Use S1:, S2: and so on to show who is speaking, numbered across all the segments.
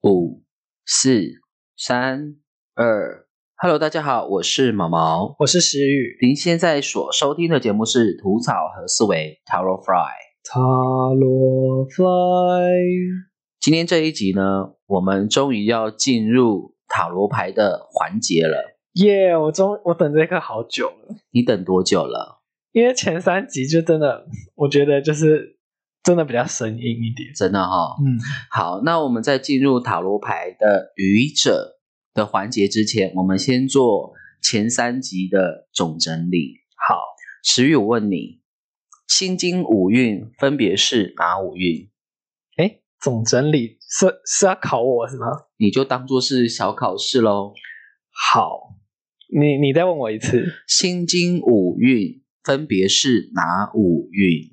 S1: 五、四、三、二。Hello，大家好，我是毛毛。
S2: 我是石宇。
S1: 您现在所收听的节目是《吐草和思维 Taro Fry》。
S2: 塔罗 fly，
S1: 今天这一集呢，我们终于要进入塔罗牌的环节了。
S2: 耶我终我等这个好久了，
S1: 你等多久了？
S2: 因为前三集就真的，我觉得就是真的比较生硬一点。
S1: 真的哈、
S2: 嗯，
S1: 好，那我们在进入塔罗牌的愚者的环节之前，我们先做前三集的总整理。
S2: 好，
S1: 石宇，我问你，心经五运分别是哪五运？
S2: 哎，总整理是是要考我是吗？
S1: 你就当做是小考试喽。
S2: 好，你你再问我一次，
S1: 心经五运分别是哪五运？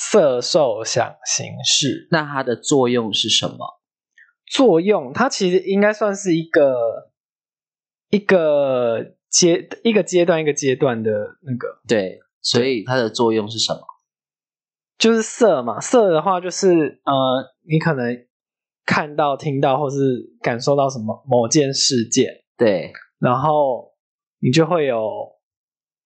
S2: 色受想行识
S1: 那它的作用是什么？
S2: 作用，它其实应该算是一个一个阶一个阶段一个阶段的那个
S1: 对，所以它的作用是什么？
S2: 就是色嘛，色的话就是呃，你可能看到、听到或是感受到什么某件事件，
S1: 对
S2: 然后你就会有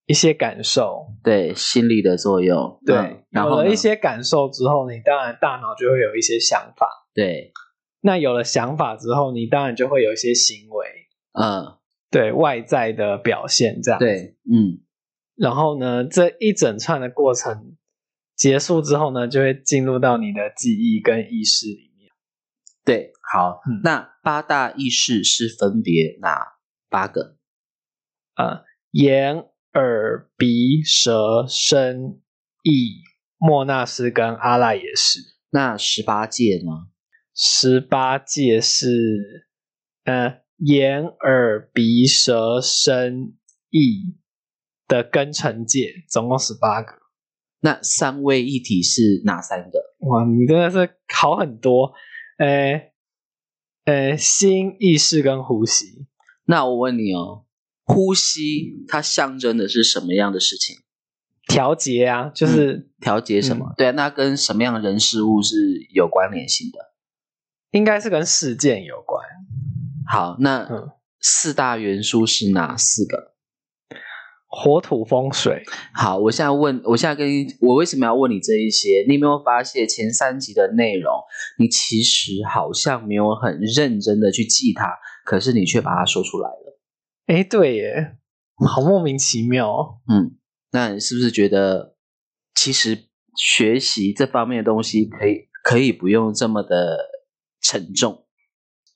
S2: 一些感受。
S1: 对，心理的作用。
S2: 对，
S1: 嗯然后
S2: 有
S1: 呢
S2: 了一些感受之后，你当然大脑就会有一些想法。
S1: 对，
S2: 那有了想法之后，你当然就会有一些行为，
S1: 嗯，
S2: 对外在的表现这样。，
S1: 对，嗯，
S2: 然后呢，这一整串的过程结束之后呢，就会进入到你的记忆跟意识里面。
S1: 对，好，
S2: 嗯
S1: 那八大意识是分别哪八个？
S2: 啊，眼、耳、鼻、舌、身、意，莫那斯跟阿赖耶识。
S1: 那十八戒呢？
S2: 十八界是，呃，眼、耳、鼻、舌、身、意的根尘界，总共十八个。
S1: 那三位一体是哪三个？
S2: 哇，你真的是考很多，呃，呃，心、意识跟呼吸，
S1: 那我问你哦，呼吸它象征的是什么样的事情？
S2: 调节啊，就是、
S1: 调节什
S2: 嗯
S1: 么？对啊，那跟什么样的人事物是有关联性的？
S2: 应该是跟事件有关。
S1: 好，那、
S2: 嗯
S1: 四大元素是哪四个？
S2: 火土风水，
S1: 好，我现在问，我现在跟你，我为什么要问你这一些？你有没有发现前三集的内容，你其实好像没有很认真的去记它，可是你却把它说出来了。
S2: 哎，对耶，好莫名其妙哦。
S1: 嗯，那你是不是觉得，其实学习这方面的东西，可以可以不用这么的沉重？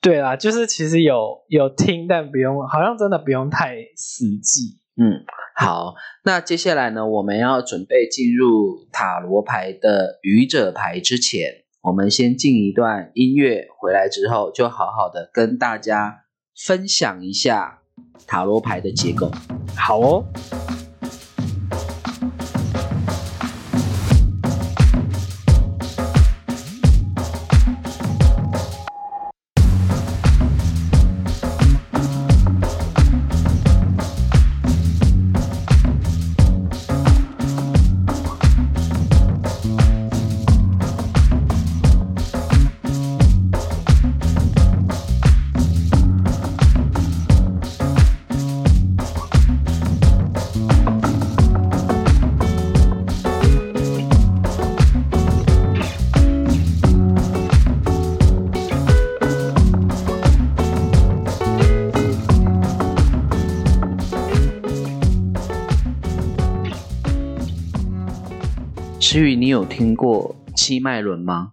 S2: 对啦，就是其实有有听，但不用，好像真的不用太死记。
S1: 嗯，好，那接下来呢，我们要准备进入塔罗牌的愚者牌之前，我们先进一段音乐，回来之后就好好的跟大家分享一下塔罗牌的结构。
S2: 好哦，
S1: 石宇，你有听过七脉轮吗？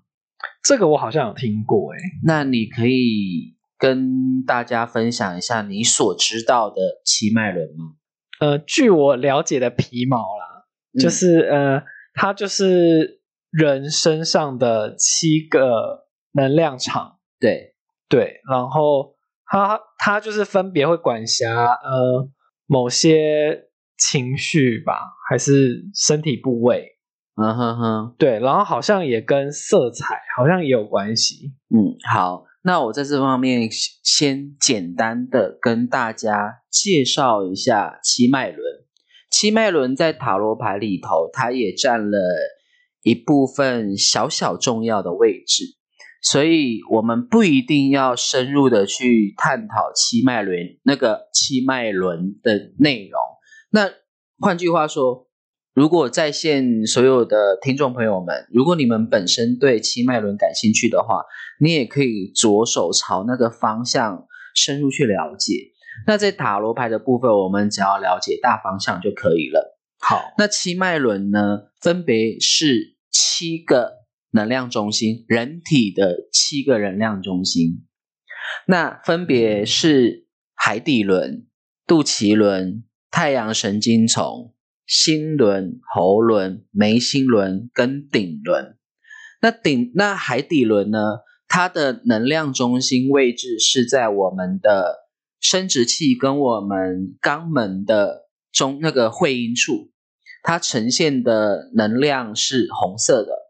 S2: 这个我好像有听过诶。
S1: 那你可以跟大家分享一下你所知道的七脉轮吗？
S2: 呃，据我了解的皮毛啦，就
S1: 嗯
S2: 是呃，它就是人身上的七个能量场，
S1: 对，
S2: 对，然后它它就是分别会管辖呃某些情绪吧，还是身体部位，
S1: 嗯哼哼，
S2: 对，然后好像也跟色彩好像也有关系，
S1: 嗯，好，那我在这方面先简单的跟大家介绍一下七脉轮。七脉轮在塔罗牌里头，它也占了一部分小小重要的位置。所以我们不一定要深入的去探讨七脉轮那个七脉轮的内容。那换句话说，如果在线所有的听众朋友们，如果你们本身对七脉轮感兴趣的话，你也可以着手朝那个方向深入去了解。那在塔罗牌的部分，我们只要了解大方向就可以了。
S2: 好，
S1: 那七脉轮呢，分别是七个能量中心，人体的七个能量中心。那分别是海底轮、肚脐轮、太阳神经丛、心轮、喉轮、眉心轮跟顶轮。那顶那海底轮呢，它的能量中心位置是在我们的生殖器跟我们肛门的中那个会阴处，它呈现的能量是红色的。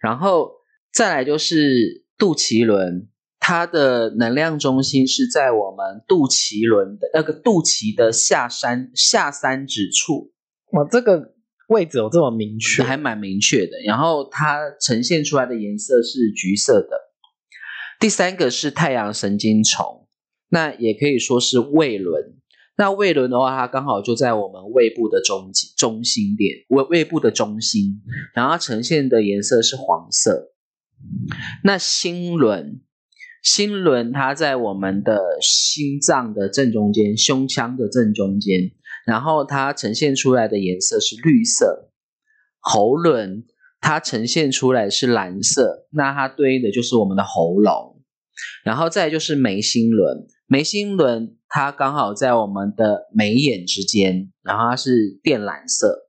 S1: 然后再来就是肚脐轮，它的能量中心是在我们肚脐轮的那个肚脐的下三下三指处，
S2: 哇，这个位置有这么明确？
S1: 还蛮明确的。然后它呈现出来的颜色是橘色的。第三个是太阳神经丛，那也可以说是胃轮。那胃轮的话，它刚好就在我们胃部的中心中心点，胃胃部的中心，然后它呈现的颜色是黄色。那心轮，心轮它在我们的心脏的正中间，胸腔的正中间，然后它呈现出来的颜色是绿色。喉轮它呈现出来是蓝色，那它对应的就是我们的喉咙。然后再就是眉心轮，眉心轮它刚好在我们的眉眼之间，然后它是靛蓝色，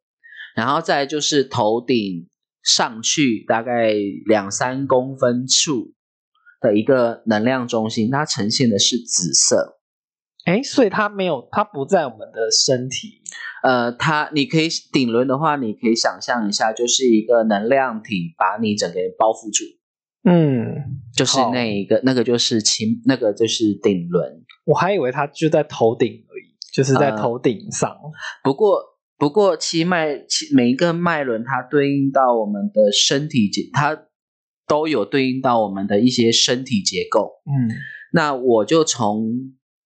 S1: 然后再就是头顶上去大概两三公分处的一个能量中心，它呈现的是紫色。
S2: 哎，所以它没有，它不在我们的身体。
S1: 呃，它你可以顶轮的话，你可以想象一下，就是一个能量体把你整个人包覆住。
S2: 嗯，
S1: 就是
S2: 好
S1: 那一个，那个就是青，那个就是顶轮。
S2: 我还以为它就在头顶而已，就是在
S1: 呃
S2: 头顶上。
S1: 不过，不过七脉七每一个脉轮，它对应到我们的身体结，它都有对应到我们的一些身体结构。
S2: 嗯，
S1: 那我就从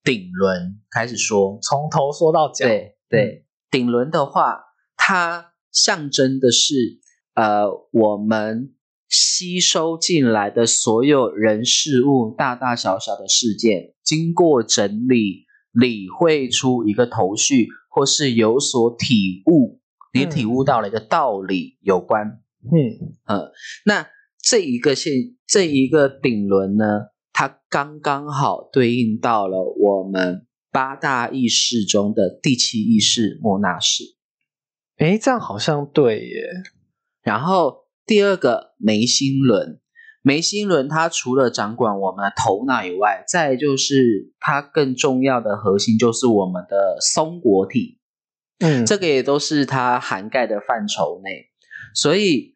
S1: 顶轮开始说。
S2: 从头说到脚。
S1: 对对，顶轮的话，它象征的是呃我们吸收进来的所有人事物，大大小小的事件，经过整理，理会出一个头绪，或是有所体悟，你
S2: 嗯
S1: 体悟到了一个道理有关。
S2: 嗯，
S1: 那这一个线，这一个顶轮呢，它刚刚好对应到了我们八大意识中的第七意识莫那识。
S2: 哎，这样好像对耶。
S1: 然后第二个眉心轮，眉心轮它除了掌管我们的头脑以外，再就是它更重要的核心就是我们的松果体。
S2: 嗯，
S1: 这个也都是它涵盖的范畴内，所以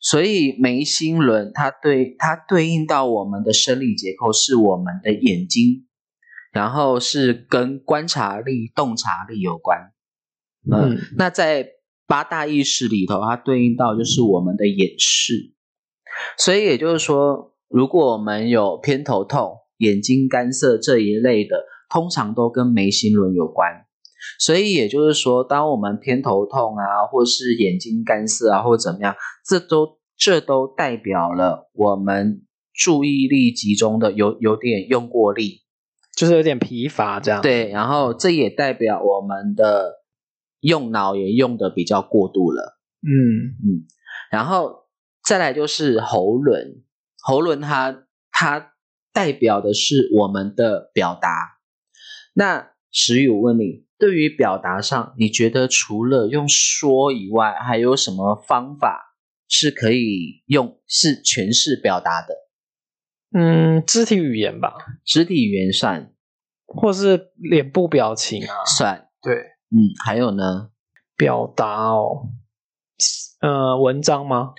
S1: 所以眉心轮它对它对应到我们的生理结构是我们的眼睛，然后是跟观察力、洞察力有关。呃
S2: 嗯
S1: 那在八大意识里头，它对应到就是我们的眼视，所以也就是说，如果我们有偏头痛、眼睛干涩这一类的，通常都跟眉心轮有关。所以也就是说，当我们偏头痛啊，或是眼睛干涩啊，或者怎么样，这都这都代表了我们注意力集中的有有点用过力，
S2: 就是有点疲乏这样。，
S1: 对，然后这也代表我们的用脑也用的比较过度了。
S2: 嗯
S1: 然后再来就是喉轮，喉轮它它代表的是我们的表达。那石宇，我问你，对于表达上，你觉得除了用说以外，还有什么方法是可以用是诠释表达的？
S2: 嗯，肢体语言吧，
S1: 肢体语言算
S2: 或是脸部表情啊，
S1: 算，
S2: 对，
S1: 嗯，还有呢，
S2: 表达哦。呃，文章吗？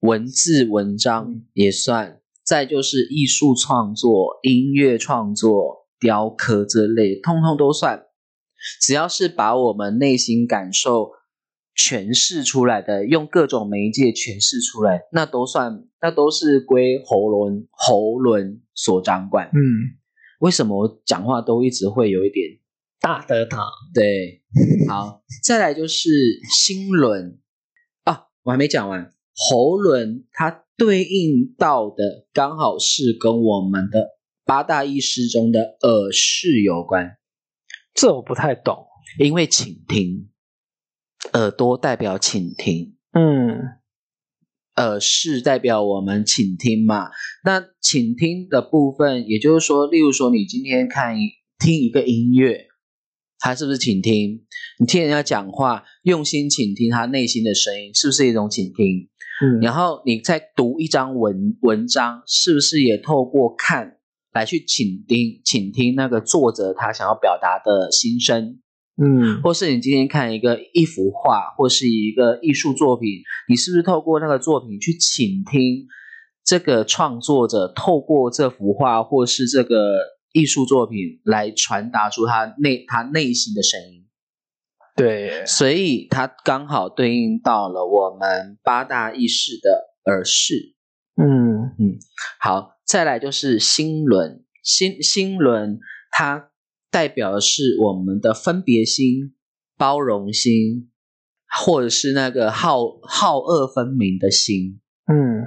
S1: 文字文章也算，再就是艺术创作、音乐创作、雕刻这类，通通都算。只要是把我们内心感受诠释出来的，用各种媒介诠释出来，那都算，那都是归喉轮喉轮所掌管。
S2: 嗯，
S1: 为什么我讲话都一直会有一点
S2: 大德堂，
S1: 对，好，再来就是心轮啊，我还没讲完，喉轮它对应到的刚好是跟我们的八大意识中的耳饰有关，
S2: 这我不太懂。
S1: 因为倾听，耳朵代表倾听，
S2: 嗯
S1: 耳饰呃代表我们倾听嘛。那倾听的部分，也就是说，例如说你今天看一听一个音乐，它是不是倾听？你听人家讲话，用心倾听他内心的声音，是不是一种倾听？
S2: 嗯，
S1: 然后你在读一张文文章，是不是也透过看来去倾听倾听那个作者他想要表达的心声？
S2: 嗯
S1: 或是你今天看一个一幅画，或是一个艺术作品，你是不是透过那个作品去倾听这个创作者透过这幅画或是这个艺术作品来传达出他内他内心的声音？
S2: 对，
S1: 所以它刚好对应到了我们八大意识的耳饰。
S2: 嗯
S1: 好，再来就是心轮，心心轮它代表的是我们的分别心、包容心，或者是那个好好恶分明的心。
S2: 嗯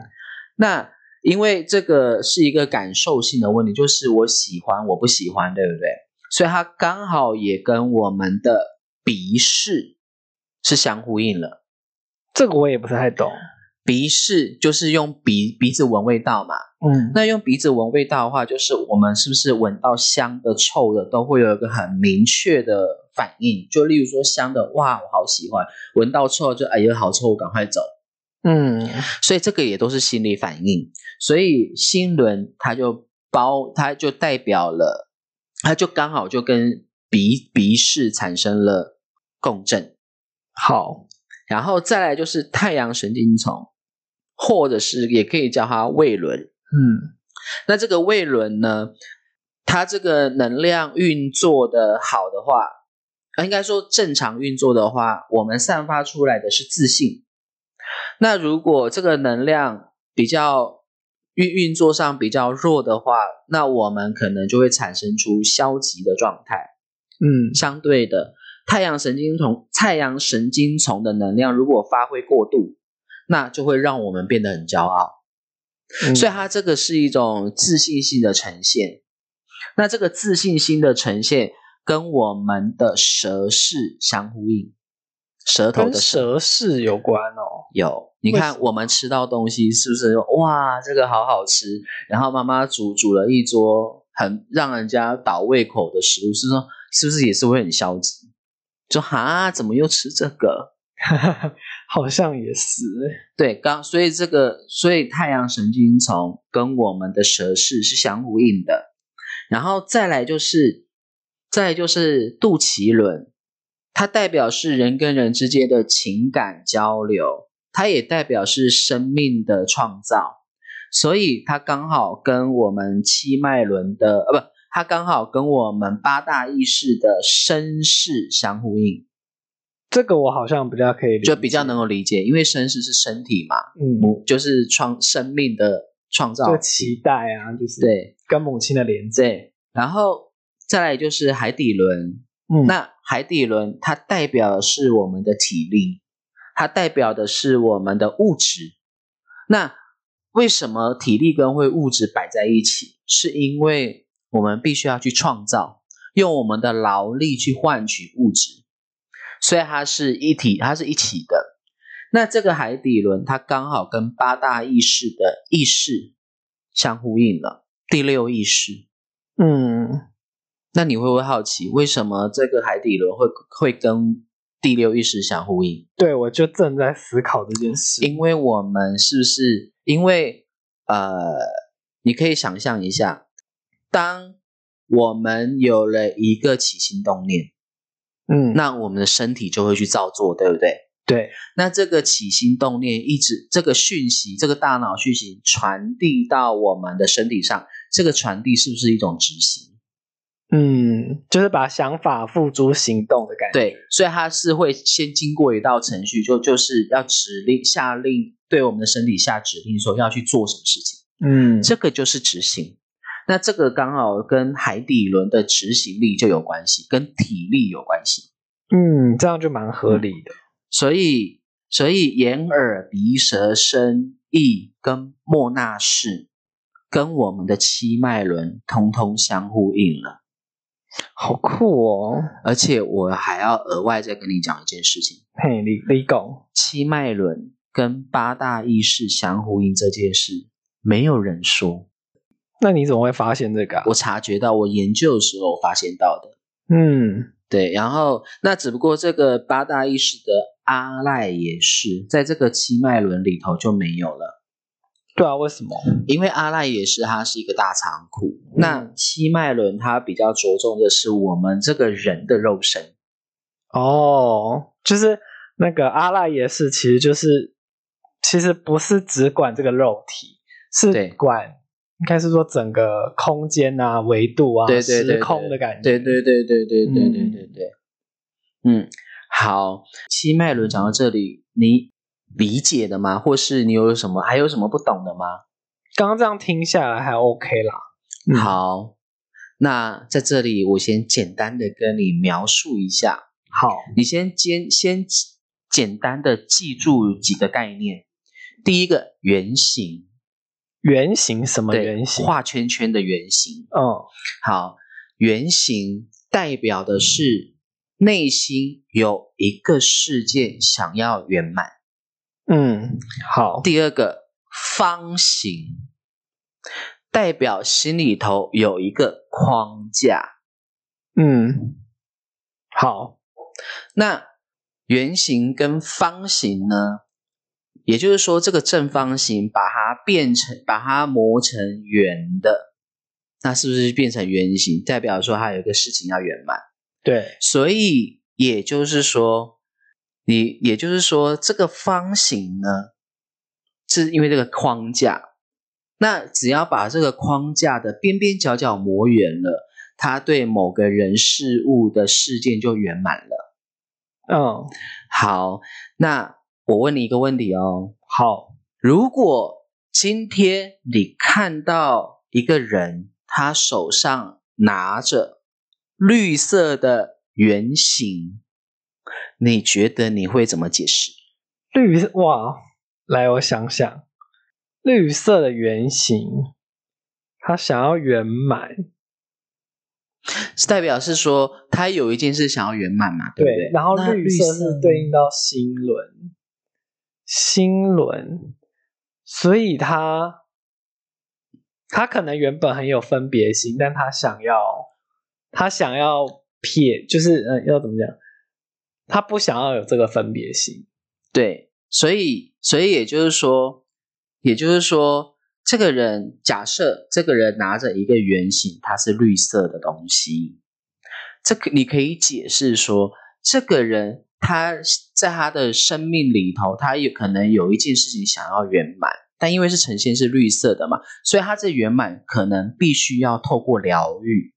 S1: 那因为这个是一个感受性的问题，就是我喜欢，我不喜欢，对不对？所以它刚好也跟我们的鼻视是相呼应了。
S2: 这个我也不太懂。
S1: 鼻视就是用鼻鼻子闻味道嘛，
S2: 嗯
S1: 那用鼻子闻味道的话，就是我们是不是闻到香的、臭的，都会有一个很明确的反应？就例如说香的，哇，我好喜欢；闻到臭的就哎呀，好臭，我赶快走。
S2: 嗯
S1: 所以这个也都是心理反应。所以心轮它就包，它就代表了，它就刚好就跟鼻鼻视产生了共振。
S2: 好，
S1: 然后再来就是太阳神经丛，或者是也可以叫它胃轮。
S2: 嗯
S1: 那这个胃轮呢，它这个能量运作的好的话，呃应该说正常运作的话，我们散发出来的是自信。那如果这个能量比较运运作上比较弱的话，那我们可能就会产生出消极的状态。
S2: 嗯
S1: 相对的，太阳神经丛太阳神经丛的能量如果发挥过度，那就会让我们变得很骄傲。
S2: 嗯，
S1: 所以它这个是一种自信心的呈现。那这个自信心的呈现跟我们的舌是相呼应，舌头
S2: 跟
S1: 的舌
S2: 蛇氏有关哦。
S1: 有。你
S2: 为什
S1: 看
S2: 么
S1: 我们吃到东西是不是哇，这个好好吃？然后妈妈煮煮了一桌很让人家倒胃口的食物，是说是不是也是会很消极？就哈，怎么又吃这个？
S2: 好像也是，
S1: 对，刚所以这个，所以太阳神经丛跟我们的舌识是相呼应的，然后再来就是，再来就是肚脐轮，它代表是人跟人之间的情感交流，它也代表是生命的创造，所以它刚好跟我们七脉轮的呃不，它刚好跟我们八大意识的身世相呼应，
S2: 这个我好像比较可以理解，
S1: 就比较能够理解，因为身世是身体嘛。
S2: 嗯，
S1: 母就是创生命的创造
S2: 这个，期待啊，就是
S1: 对
S2: 跟母亲的连接，
S1: 对，然后再来就是海底轮，
S2: 嗯，
S1: 那海底轮它代表的是我们的体力，它代表的是我们的物质。那为什么体力跟会物质摆在一起？是因为我们必须要去创造，用我们的劳力去换取物质，所以它是一体，它是一起的。那这个海底轮，它刚好跟八大意识的意识相呼应了，第六意识。
S2: 嗯，
S1: 那你会不会好奇，为什么这个海底轮会会跟第六意识相呼应？
S2: 对我就正在思考这件事，
S1: 因为我们是不是因为呃，你可以想象一下，当我们有了一个起心动念，
S2: 嗯，
S1: 那我们的身体就会去照做，对不对？
S2: 对，
S1: 那这个起心动念一直这个讯息，这个大脑讯息传递到我们的身体上，这个传递是不是一种执行？
S2: 嗯，就是把想法付诸行动的感觉。
S1: 对，所以它是会先经过一道程序，就就是要指令下令对我们的身体下指令，说要去做什么事情。
S2: 嗯，
S1: 这个就是执行。那这个刚好跟海底轮的执行力就有关系，跟体力有关系。
S2: 嗯，这样就蛮合理的。
S1: 所以，所以眼、耳、鼻、舌、身、意跟莫那识，跟我们的七脉轮通通相呼应了。
S2: 好酷哦，
S1: 而且我还要额外再跟你讲一件事情：
S2: 嘿，李李狗，
S1: 七脉轮跟八大意识相呼应这件事，没有人说。
S2: 那你怎么会发现这个、啊？
S1: 我察觉到，我研究的时候发现到的。
S2: 嗯，
S1: 对，然后那只不过这个八大意识的阿赖耶识，在这个七脉轮里头就没有了，
S2: 对啊，为什么？
S1: 因为阿赖耶识它是一个大仓库，
S2: 嗯
S1: 那七脉轮它比较着重的是我们这个人的肉身，
S2: 哦，就是那个阿赖耶识，其实就是其实不是只管这个肉体，
S1: 对
S2: 是管应该是说整个空间啊、维度啊、
S1: 对对对，
S2: 时空的感
S1: 对
S2: 觉。
S1: 对对对对对对
S2: 嗯
S1: 对对，嗯，好，七脉轮讲到这里，你理解的吗？或是你有什么还有什么不懂的吗？
S2: 刚刚这样听下来还 OK 啦。嗯，
S1: 好，那在这里我先简单的跟你描述一下，
S2: 好，
S1: 你先先先简单的记住几个概念。第一个圆形，
S2: 圆形什么
S1: 对，
S2: 圆形？
S1: 画圈圈的圆形。
S2: 嗯
S1: 好，圆形代表的是内心有一个事件想要圆满。
S2: 嗯，好，
S1: 第二个方形，代表心里头有一个框架。
S2: 嗯，好，
S1: 那圆形跟方形呢？也就是说，这个正方形把它变成，把它磨成圆的，那是不是变成圆形？代表说它有一个事情要圆满。
S2: 对，
S1: 所以也就是说，你也就是说，这个方形呢，是因为这个框架。那只要把这个框架的边边角角磨圆了，它对某个人事物的事件就圆满了。
S2: 嗯，
S1: 好，那我问你一个问题哦，
S2: 好，
S1: 如果今天你看到一个人，他手上拿着绿色的圆形，你觉得你会怎么解释？
S2: 绿色哇，来我想想，绿色的圆形，他想要圆满，
S1: 是代表是说他有一件事想要圆满嘛，对不对？
S2: 然后
S1: 那
S2: 绿色是对应到心轮，心轮，所以他他可能原本很有分别心，但他想要他想要撇，就是嗯、呃要怎么讲？他不想要有这个分别心，
S1: 对，所以所以也就是说，也就是说，这个人假设这个人拿着一个圆形，它是绿色的东西，这个你可以解释说，这个人他在他的生命里头，他有可能有一件事情想要圆满，但因为是呈现是绿色的嘛，所以他这圆满可能必须要透过疗愈。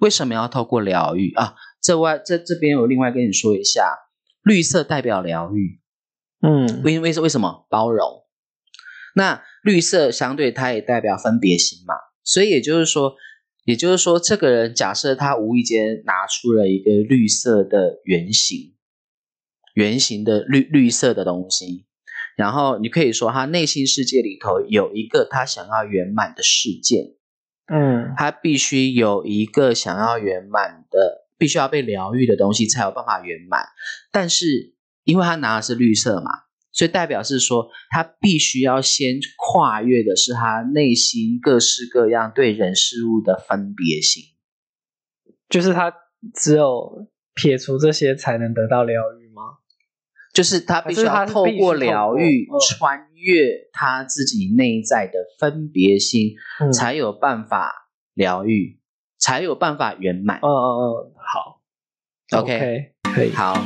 S1: 为什么要透过疗愈啊？这外这这边我另外跟你说一下，绿色代表疗愈，
S2: 嗯
S1: 因为为什么包容？那绿色相对它也代表分别心嘛，所以也就是说，也就是说，这个人假设他无意间拿出了一个绿色的圆形，圆形的绿绿色的东西，然后你可以说他内心世界里头有一个他想要圆满的事件，
S2: 嗯
S1: 他必须有一个想要圆满的，必须要被疗愈的东西才有办法圆满。但是因为他拿的是绿色嘛，所以代表是说他必须要先跨越的是他内心各式各样对人事物的分别心。
S2: 就是他只有撇除这些才能得到疗愈吗？
S1: 就是他必须要透过疗愈
S2: 还是他是必须透过嗯，
S1: 穿越他自己内在的分别心，
S2: 嗯
S1: 才有办法疗愈，才有办法圆满
S2: 嗯。嗯嗯，好
S1: 哦 OK
S2: 可以。
S1: 好。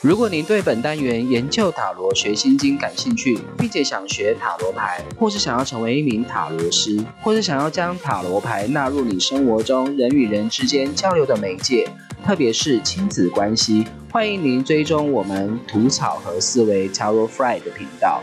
S1: 如果您对本单元研究塔罗学心经感兴趣，并且想学塔罗牌，或是想要成为一名塔罗师，或是想要将塔罗牌纳入你生活中人与人之间交流的媒介，特别是亲子关系，欢迎您追踪我们吐草和思维 Tarot Fry 的频道。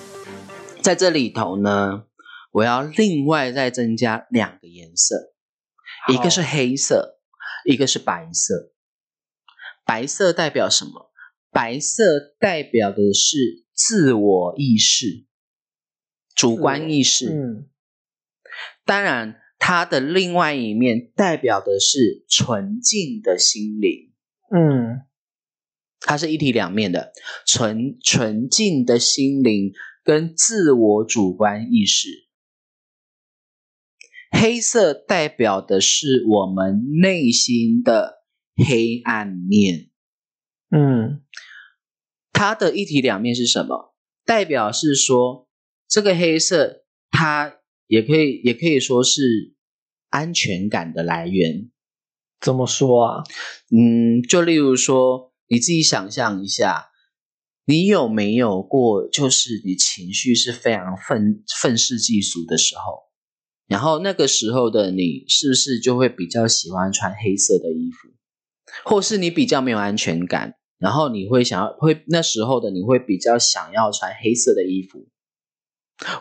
S1: 在这里头呢，我要另外再增加两个颜色，一个是黑色，一个是白色。白色代表什么？白色代表的是自我意识、主观意识。
S2: 嗯，
S1: 当然，它的另外一面代表的是纯净的心灵。
S2: 嗯，
S1: 它是一体两面的，纯纯净的心灵跟自我主观意识。黑色代表的是我们内心的黑暗面，
S2: 嗯，
S1: 它的一体两面是什么？代表是说，这个黑色它也可以也可以说是安全感的来源。
S2: 怎么说啊？
S1: 嗯，就例如说，你自己想象一下，你有没有过，就是你情绪是非常愤愤世嫉俗的时候，然后那个时候的你，是不是就会比较喜欢穿黑色的衣服，或是你比较没有安全感，然后你会想要会那时候的你会比较想要穿黑色的衣服。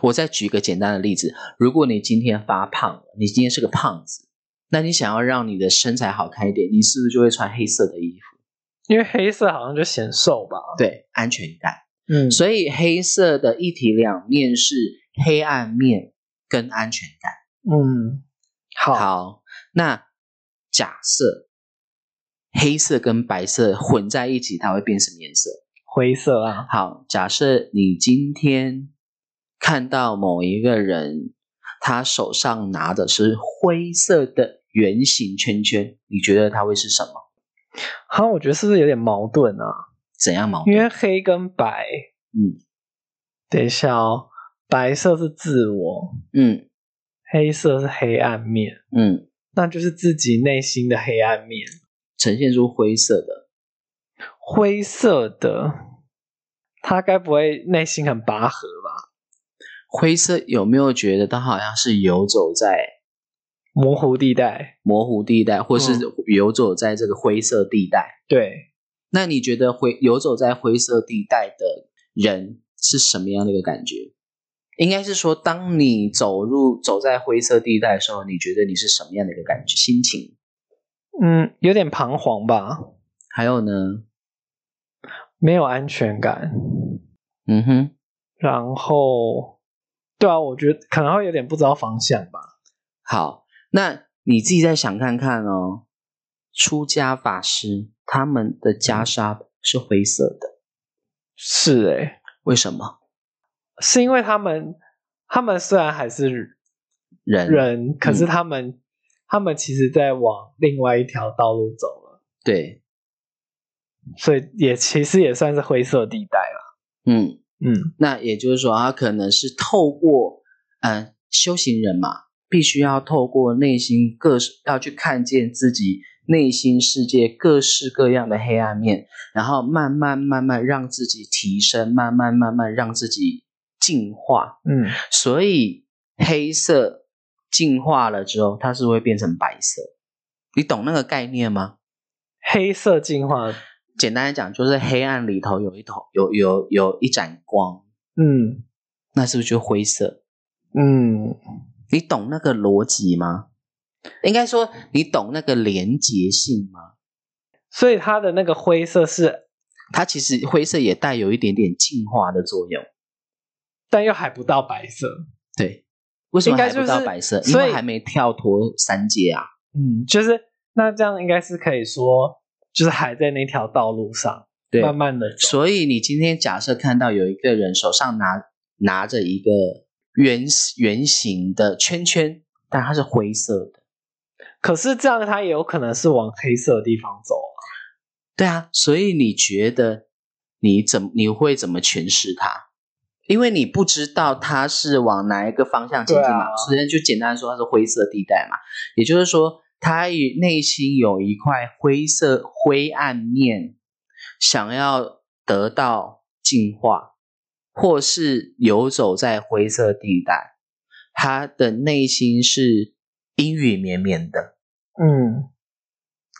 S1: 我再举一个简单的例子，如果你今天发胖了，你今天是个胖子，那你想要让你的身材好看一点，你是不是就会穿黑色的衣服？
S2: 因为黑色好像就显瘦吧。
S1: 对，安全感。
S2: 嗯
S1: 所以黑色的一体两面是黑暗面跟安全感。
S2: 嗯，好，
S1: 好，那假设黑色跟白色混在一起，它会变什么颜色？
S2: 灰色啊，
S1: 好，假设你今天看到某一个人，他手上拿的是灰色的圆形圈圈，你觉得他会是什么？
S2: 好，我觉得是不是有点矛盾啊？
S1: 怎样毛？
S2: 因为黑跟白，
S1: 嗯，
S2: 等一下哦，白色是自我，
S1: 嗯
S2: 黑色是黑暗面，
S1: 嗯，
S2: 那就是自己内心的黑暗面。
S1: 呈现出灰色的，
S2: 灰色的，他该不会内心很拔河吧？
S1: 灰色有没有觉得它好像是游走在
S2: 模糊地带，
S1: 模糊地带，或是
S2: 嗯
S1: 游走在这个灰色地带？
S2: 对，
S1: 那你觉得灰游走在灰色地带的人是什么样的一个感觉？应该是说，当你走入走在灰色地带的时候，你觉得你是什么样的一个感觉、心情？
S2: 嗯，有点彷徨吧，
S1: 还有呢？
S2: 没有安全感，
S1: 嗯哼，
S2: 然后，对啊，我觉得可能会有点不知道方向吧。
S1: 好，那你自己再想看看哦。出家法师他们的袈裟是灰色的，
S2: 是诶、
S1: 为什么？
S2: 是因为他们，他们虽然还是人，可是他们，他们其实在往另外一条道路走了，
S1: 对，
S2: 所以也其实也算是灰色地带了。
S1: 嗯，
S2: 嗯
S1: 那也就是说，他可能是透过，嗯、修行人嘛，必须要透过内心各要去看见自己内心世界各式各样的黑暗面，然后慢慢慢慢让自己提升，慢慢慢慢让自己进化。
S2: 嗯，
S1: 所以黑色进化了之后，它是会变成白色。你懂那个概念吗？
S2: 黑色进化，
S1: 简单来讲，就是黑暗里头有一头有有有一盏光，
S2: 嗯
S1: 那是不是就灰色？
S2: 嗯，
S1: 你懂那个逻辑吗？应该说你懂那个连结性吗？
S2: 所以它的那个灰色是，
S1: 它其实灰色也带有一点点净化的作用。
S2: 但又还不到白色。
S1: 对，为什么
S2: 应该
S1: 还
S2: 就是
S1: 不到白色？因
S2: 所以
S1: 为还没跳脱三界啊。
S2: 嗯，就是那这样应该是可以说，就是还在那条道路上。
S1: 对，
S2: 慢慢的走。
S1: 所以你今天假设看到有一个人手上拿拿着一个圆圆形的圈圈，但它是灰色的。
S2: 可是这样他也有可能是往黑色的地方走啊。
S1: 对啊，所以你觉得你怎么你会怎么诠释它？因为你不知道它是往哪一个方向前进嘛，
S2: 对啊
S1: 所以就简单说它是灰色地带嘛。也就是说，他与内心有一块灰色灰暗面，想要得到净化，或是游走在灰色地带，他的内心是阴雨绵绵的。
S2: 嗯，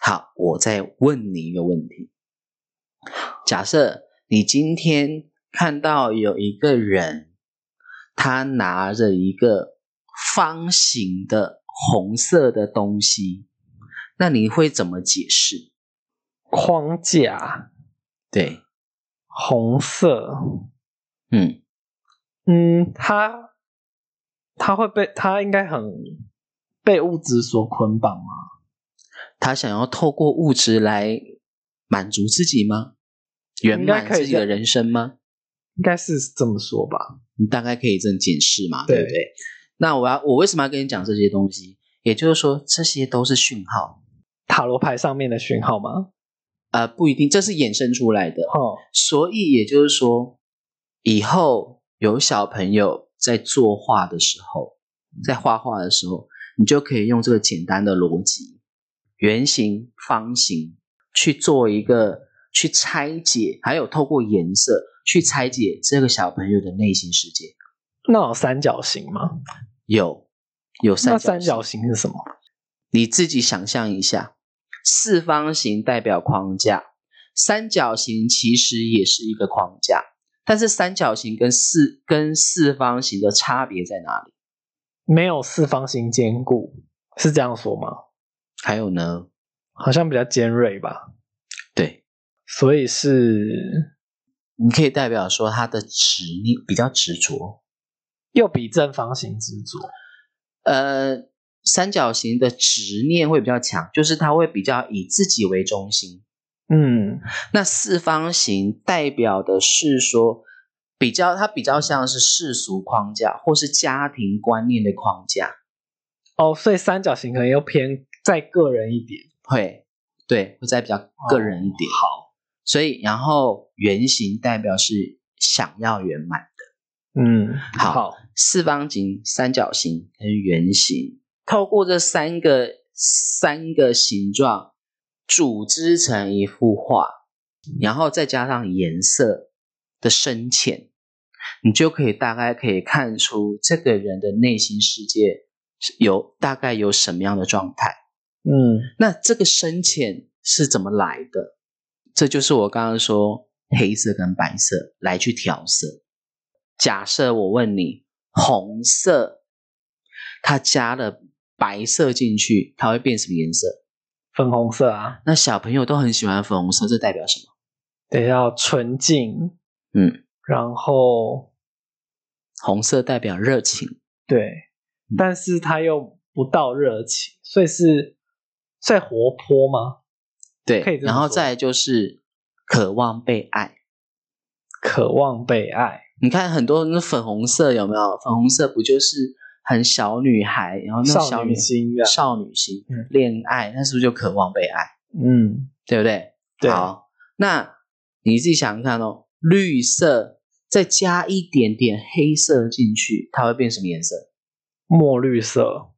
S1: 好，我再问你一个问题：假设你今天看到有一个人，他拿着一个方形的红色的东西，那你会怎么解释？
S2: 框架
S1: 对，
S2: 红色，
S1: 嗯，
S2: 嗯，他他会被他应该很被物质所捆绑吗？
S1: 他想要透过物质来满足自己吗？圆
S2: 应该
S1: 满
S2: 可以
S1: 自己的
S2: 这
S1: 人生吗？
S2: 应该是这么说吧。
S1: 你大概可以这么解释嘛，
S2: 对
S1: 对不对？那我要我为什么要跟你讲这些东西？也就是说，这些都是讯号。
S2: 塔罗牌上面的讯号吗？
S1: 呃，不一定，这是衍生出来的。
S2: 哦，
S1: 所以也就是说，以后有小朋友在作画的时候，
S2: 嗯
S1: 在画画的时候，你就可以用这个简单的逻辑，圆形、方形去做一个去拆解，还有透过颜色去拆解这个小朋友的内心世界。
S2: 那有三角形吗？
S1: 有有三
S2: 那
S1: 角
S2: 三角
S1: 形
S2: 形是什么？
S1: 你自己想象一下，四方形代表框架，三角形其实也是一个框架，但是三角形跟四跟四方形的差别在哪里？
S2: 没有四方形坚固，是这样说吗？
S1: 还有呢？
S2: 好像比较尖锐吧，
S1: 对，
S2: 所以是
S1: 你可以代表说他的执念比较执着，
S2: 又比正方形执着。
S1: 呃，三角形的执念会比较强，就是他会比较以自己为中心。
S2: 嗯，
S1: 那四方形代表的是说，比较它比较像是世俗框架或是家庭观念的框架，
S2: 哦，所以三角形可能又偏再个人一点。
S1: 会对会再比较个人一点。好，所以然后圆形代表是想要圆满，
S2: 嗯，
S1: 好
S2: 好，
S1: 四方形、三角形跟圆形，透过这三个三个形状组织成一幅画，然后再加上颜色的深浅，你就可以大概可以看出这个人的内心世界是有大概有什么样的状态。
S2: 嗯，
S1: 那这个深浅是怎么来的？这就是我刚刚说黑色跟白色来去调色。假设我问你，红色它加了白色进去，它会变什么颜色？
S2: 粉红色啊，
S1: 那小朋友都很喜欢粉红色，这代表什么？
S2: 得要纯净。
S1: 嗯，
S2: 然后
S1: 红色代表热情，
S2: 对，
S1: 嗯
S2: 但是它又不到热情，所以是最活泼吗？
S1: 对
S2: 可以，这么
S1: 然后
S2: 说
S1: 再来就是渴望被爱。
S2: 渴望被爱，
S1: 你看很多那粉红色有没有？粉红色不就是很小女孩，然哦后那种
S2: 少
S1: 小
S2: 女
S1: 女
S2: 心的，
S1: 少女心
S2: 嗯、
S1: 恋爱，那是不是就渴望被爱？
S2: 嗯，
S1: 对不对？
S2: 对，
S1: 好，那你自己想想看哦，绿色再加一点点黑色进去，它会变什么颜色？
S2: 墨绿色，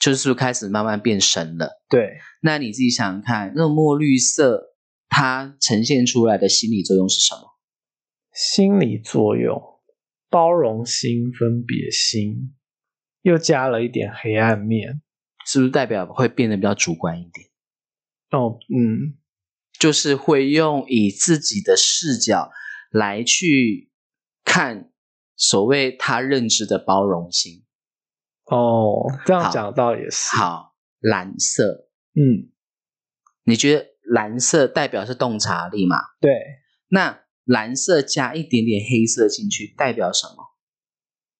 S1: 就是开始慢慢变深了。
S2: 对，
S1: 那你自己想想看，那种墨绿色它呈现出来的心理作用是什么？
S2: 心理作用，包容心、分别心，又加了一点黑暗面。
S1: 是不是代表会变得比较主观一点？
S2: 哦，嗯，
S1: 就是会用以自己的视角来去看所谓他认知的包容心。
S2: 哦，这样
S1: 好
S2: 讲到也是，
S1: 好，蓝色，
S2: 嗯，
S1: 你觉得蓝色代表是洞察力嘛？
S2: 对，
S1: 那蓝色加一点点黑色进去代表什么？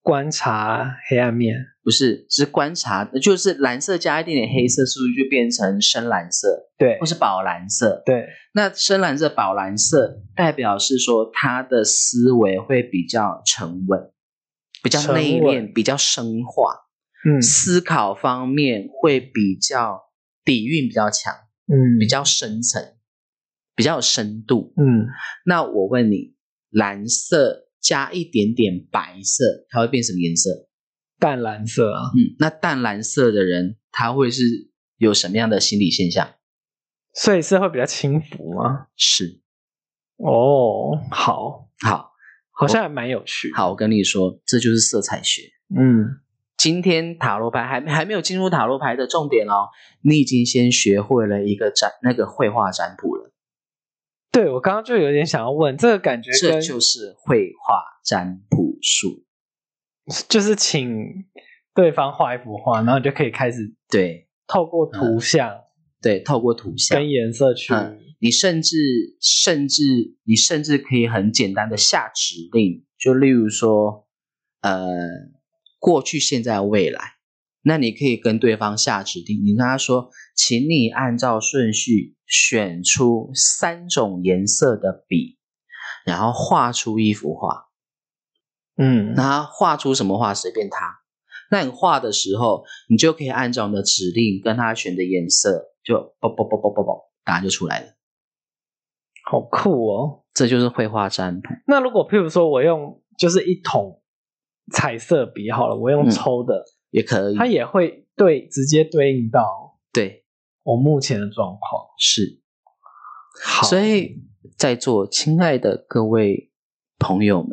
S2: 观察黑暗面，
S1: 不是，是观察，就是蓝色加一点点黑色，是不是就变成深蓝色
S2: 对
S1: 或是宝蓝色？
S2: 对，
S1: 那深蓝色、宝蓝色代表是说他的思维会比较沉稳，比较内
S2: 沉
S1: 敛，
S2: 稳
S1: 比较深化，
S2: 嗯
S1: 思考方面会比较底蕴比较强，
S2: 嗯
S1: 比较深层，比较有深度。
S2: 嗯
S1: 那我问你，蓝色加一点点白色，它会变什么颜色？
S2: 淡蓝色啊，
S1: 嗯，那淡蓝色的人，他会是有什么样的心理现象？
S2: 所以是会比较轻浮吗？
S1: 是，
S2: 哦，好，
S1: 好，
S2: 好像还蛮有趣，，
S1: 好，我跟你说，这就是色彩学。
S2: 嗯
S1: 今天塔罗牌还还没有进入塔罗牌的重点哦，你已经先学会了一个占那个绘画占卜了，
S2: 对我刚刚就有点想要问，这个感觉
S1: 这
S2: 跟
S1: 就是绘画占卜术。
S2: 就是请对方画一幅画，然后你就可以开始
S1: 对
S2: 透过图像
S1: 对，透过图像
S2: 跟，颜色去，
S1: 嗯你甚至甚至你甚至可以很简单的下指令，就例如说，呃，过去、现在、未来，那你可以跟对方下指令，你跟他说，请你按照顺序选出三种颜色的笔，然后画出一幅画。
S2: 嗯
S1: 那他画出什么画随便他。那你画的时候，你就可以按照你的指令跟他选的颜色，就啵啵啵啵啵啵，答案就出来了。
S2: 好酷哦。
S1: 这就是绘画占卜。
S2: 那如果譬如说我用就是一桶彩色笔好了，我用
S1: 嗯
S2: 抽的，
S1: 也可以。
S2: 它也会对直接对应到
S1: 对，
S2: 我目前的状况。
S1: 是。
S2: 好
S1: 所以在座亲爱的各位朋友们，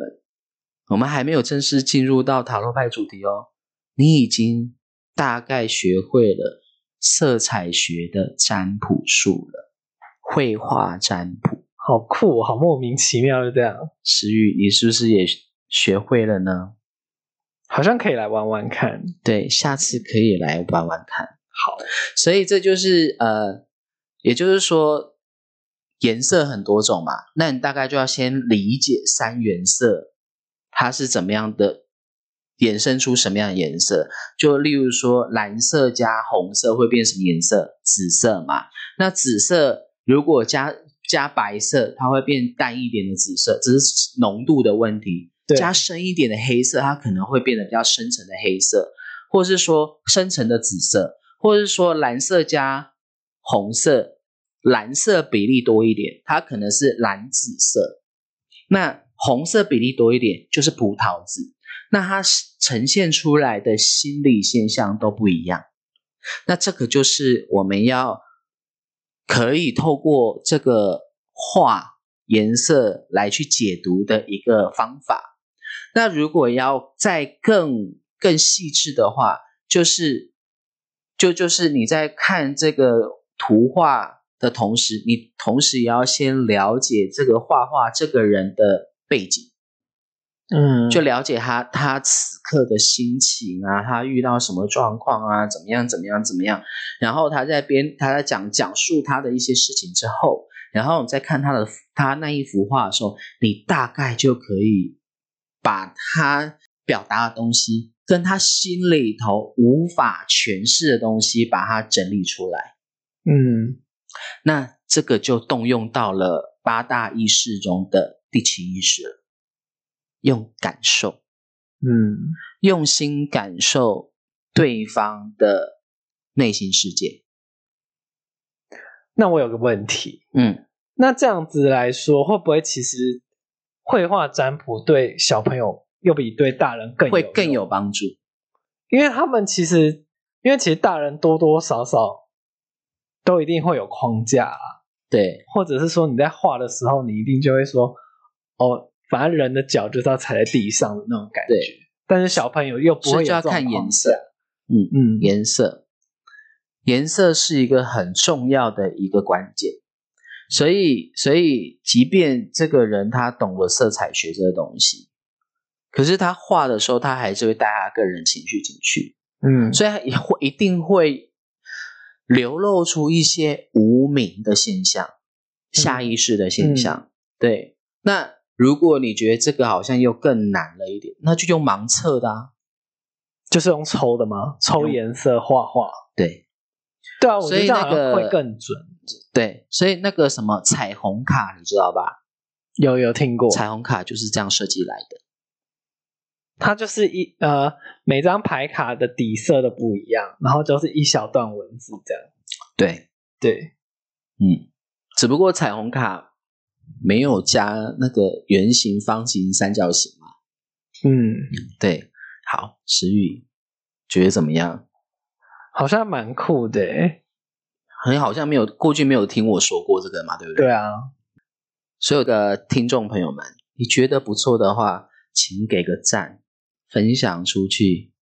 S1: 我们还没有正式进入到塔罗牌主题哦。你已经大概学会了色彩学的占卜术了，绘画占卜。
S2: 好酷，哦好莫名其妙，就这样，
S1: 石宇，你是不是也学会了呢？
S2: 好像可以来玩玩看。
S1: 对，下次可以来玩玩看。
S2: 好，
S1: 所以这就是呃，也就是说，颜色很多种嘛，那你大概就要先理解三原色它是怎么样的，衍生出什么样的颜色。就例如说，蓝色加红色会变什么颜色？紫色嘛。那紫色如果加加白色，它会变淡一点的紫色，只是浓度的问题。
S2: 对
S1: 加深一点的黑色，它可能会变得比较深层的黑色，或是说深层的紫色。或是说蓝色加红色，蓝色比例多一点，它可能是蓝紫色。那红色比例多一点就是葡萄紫，那它是呈现出来的心理现象都不一样。那这个就是我们要可以透过这个画颜色来去解读的一个方法。那如果要再更更细致的话，就是就就是你在看这个图画的同时，你同时也要先了解这个画画这个人的背景，
S2: 嗯，
S1: 就了解他他此刻的心情啊，他遇到什么状况啊，怎么样怎么样怎么样，然后他在编他在讲讲述他的一些事情之后，然后你再看他的他那一幅画的时候，你大概就可以把他表达的东西跟他心里头无法诠释的东西，把它整理出来。
S2: 嗯，
S1: 那这个就动用到了八大意识中的第七意识了，用感受，
S2: 嗯，
S1: 用心感受对方的内心世界。
S2: 那我有个问题，
S1: 嗯，
S2: 那这样子来说，会不会其实绘画占卜对小朋友又比对大人更
S1: 会
S2: 用
S1: 更有？帮助。
S2: 因为他们其实，因为其实大人多多少少都一定会有框架啊，
S1: 对
S2: 或者是说你在画的时候，你一定就会说，哦，反正人的脚就是要踩在地上的那种感觉。
S1: 对，
S2: 但是小朋友又不
S1: 所
S2: 会
S1: 以
S2: 有
S1: 就要
S2: 这种
S1: 看
S2: 框
S1: 颜
S2: 架
S1: 色。。嗯，
S2: 嗯，
S1: 颜色，颜色是一个很重要的一个关键。所以，所以，即便这个人他懂了色彩学这个东西，可是他画的时候，他还是会带他个人情绪进去，
S2: 嗯，
S1: 所以他也会一定会流露出一
S2: 嗯
S1: 些无名的现象、下意识的现象。对，那如果你觉得这个好像又更难了一点，那就用盲测的啊。
S2: 就是用抽的吗？抽颜色画画。
S1: 对
S2: 对啊，我觉
S1: 所
S2: 得
S1: 以
S2: 这样好
S1: 那
S2: 像
S1: 个
S2: 会更准。
S1: 对，所以那个什么彩虹卡，你知道吧？
S2: 有有听过，
S1: 彩虹卡就是这样设计来的。
S2: 它就是一呃，每张牌卡的底色都不一样，然后就是一小段文字这样。
S1: 对，
S2: 对，
S1: 嗯，只不过彩虹卡没有加那个圆形、方形、三角形嘛。
S2: 嗯，
S1: 对，好，石宇觉得怎么样？
S2: 好像蛮酷的欸。
S1: 你好像没有过去没有听我说过这个嘛，对不对？
S2: 对
S1: 啊。
S2: 啊，
S1: 所有的听众朋友们，你觉得不错的话，请给个赞，分享出去。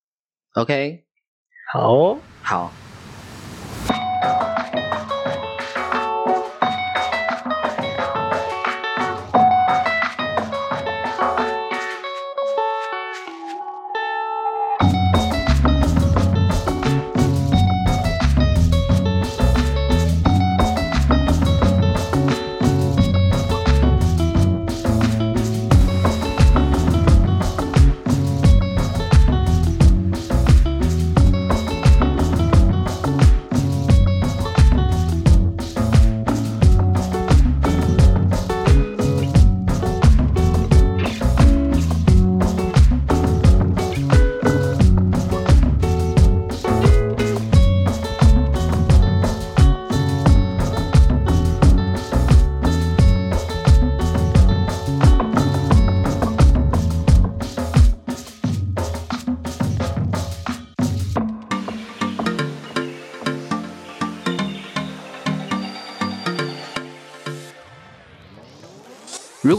S1: OK，
S2: 好哦、
S1: 好，如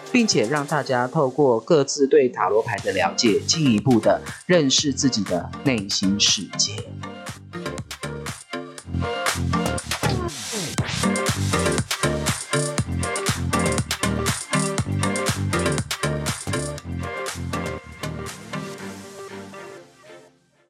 S1: 并且让大家透过各自对塔罗牌的了解，进一步的认识自己的内心世界。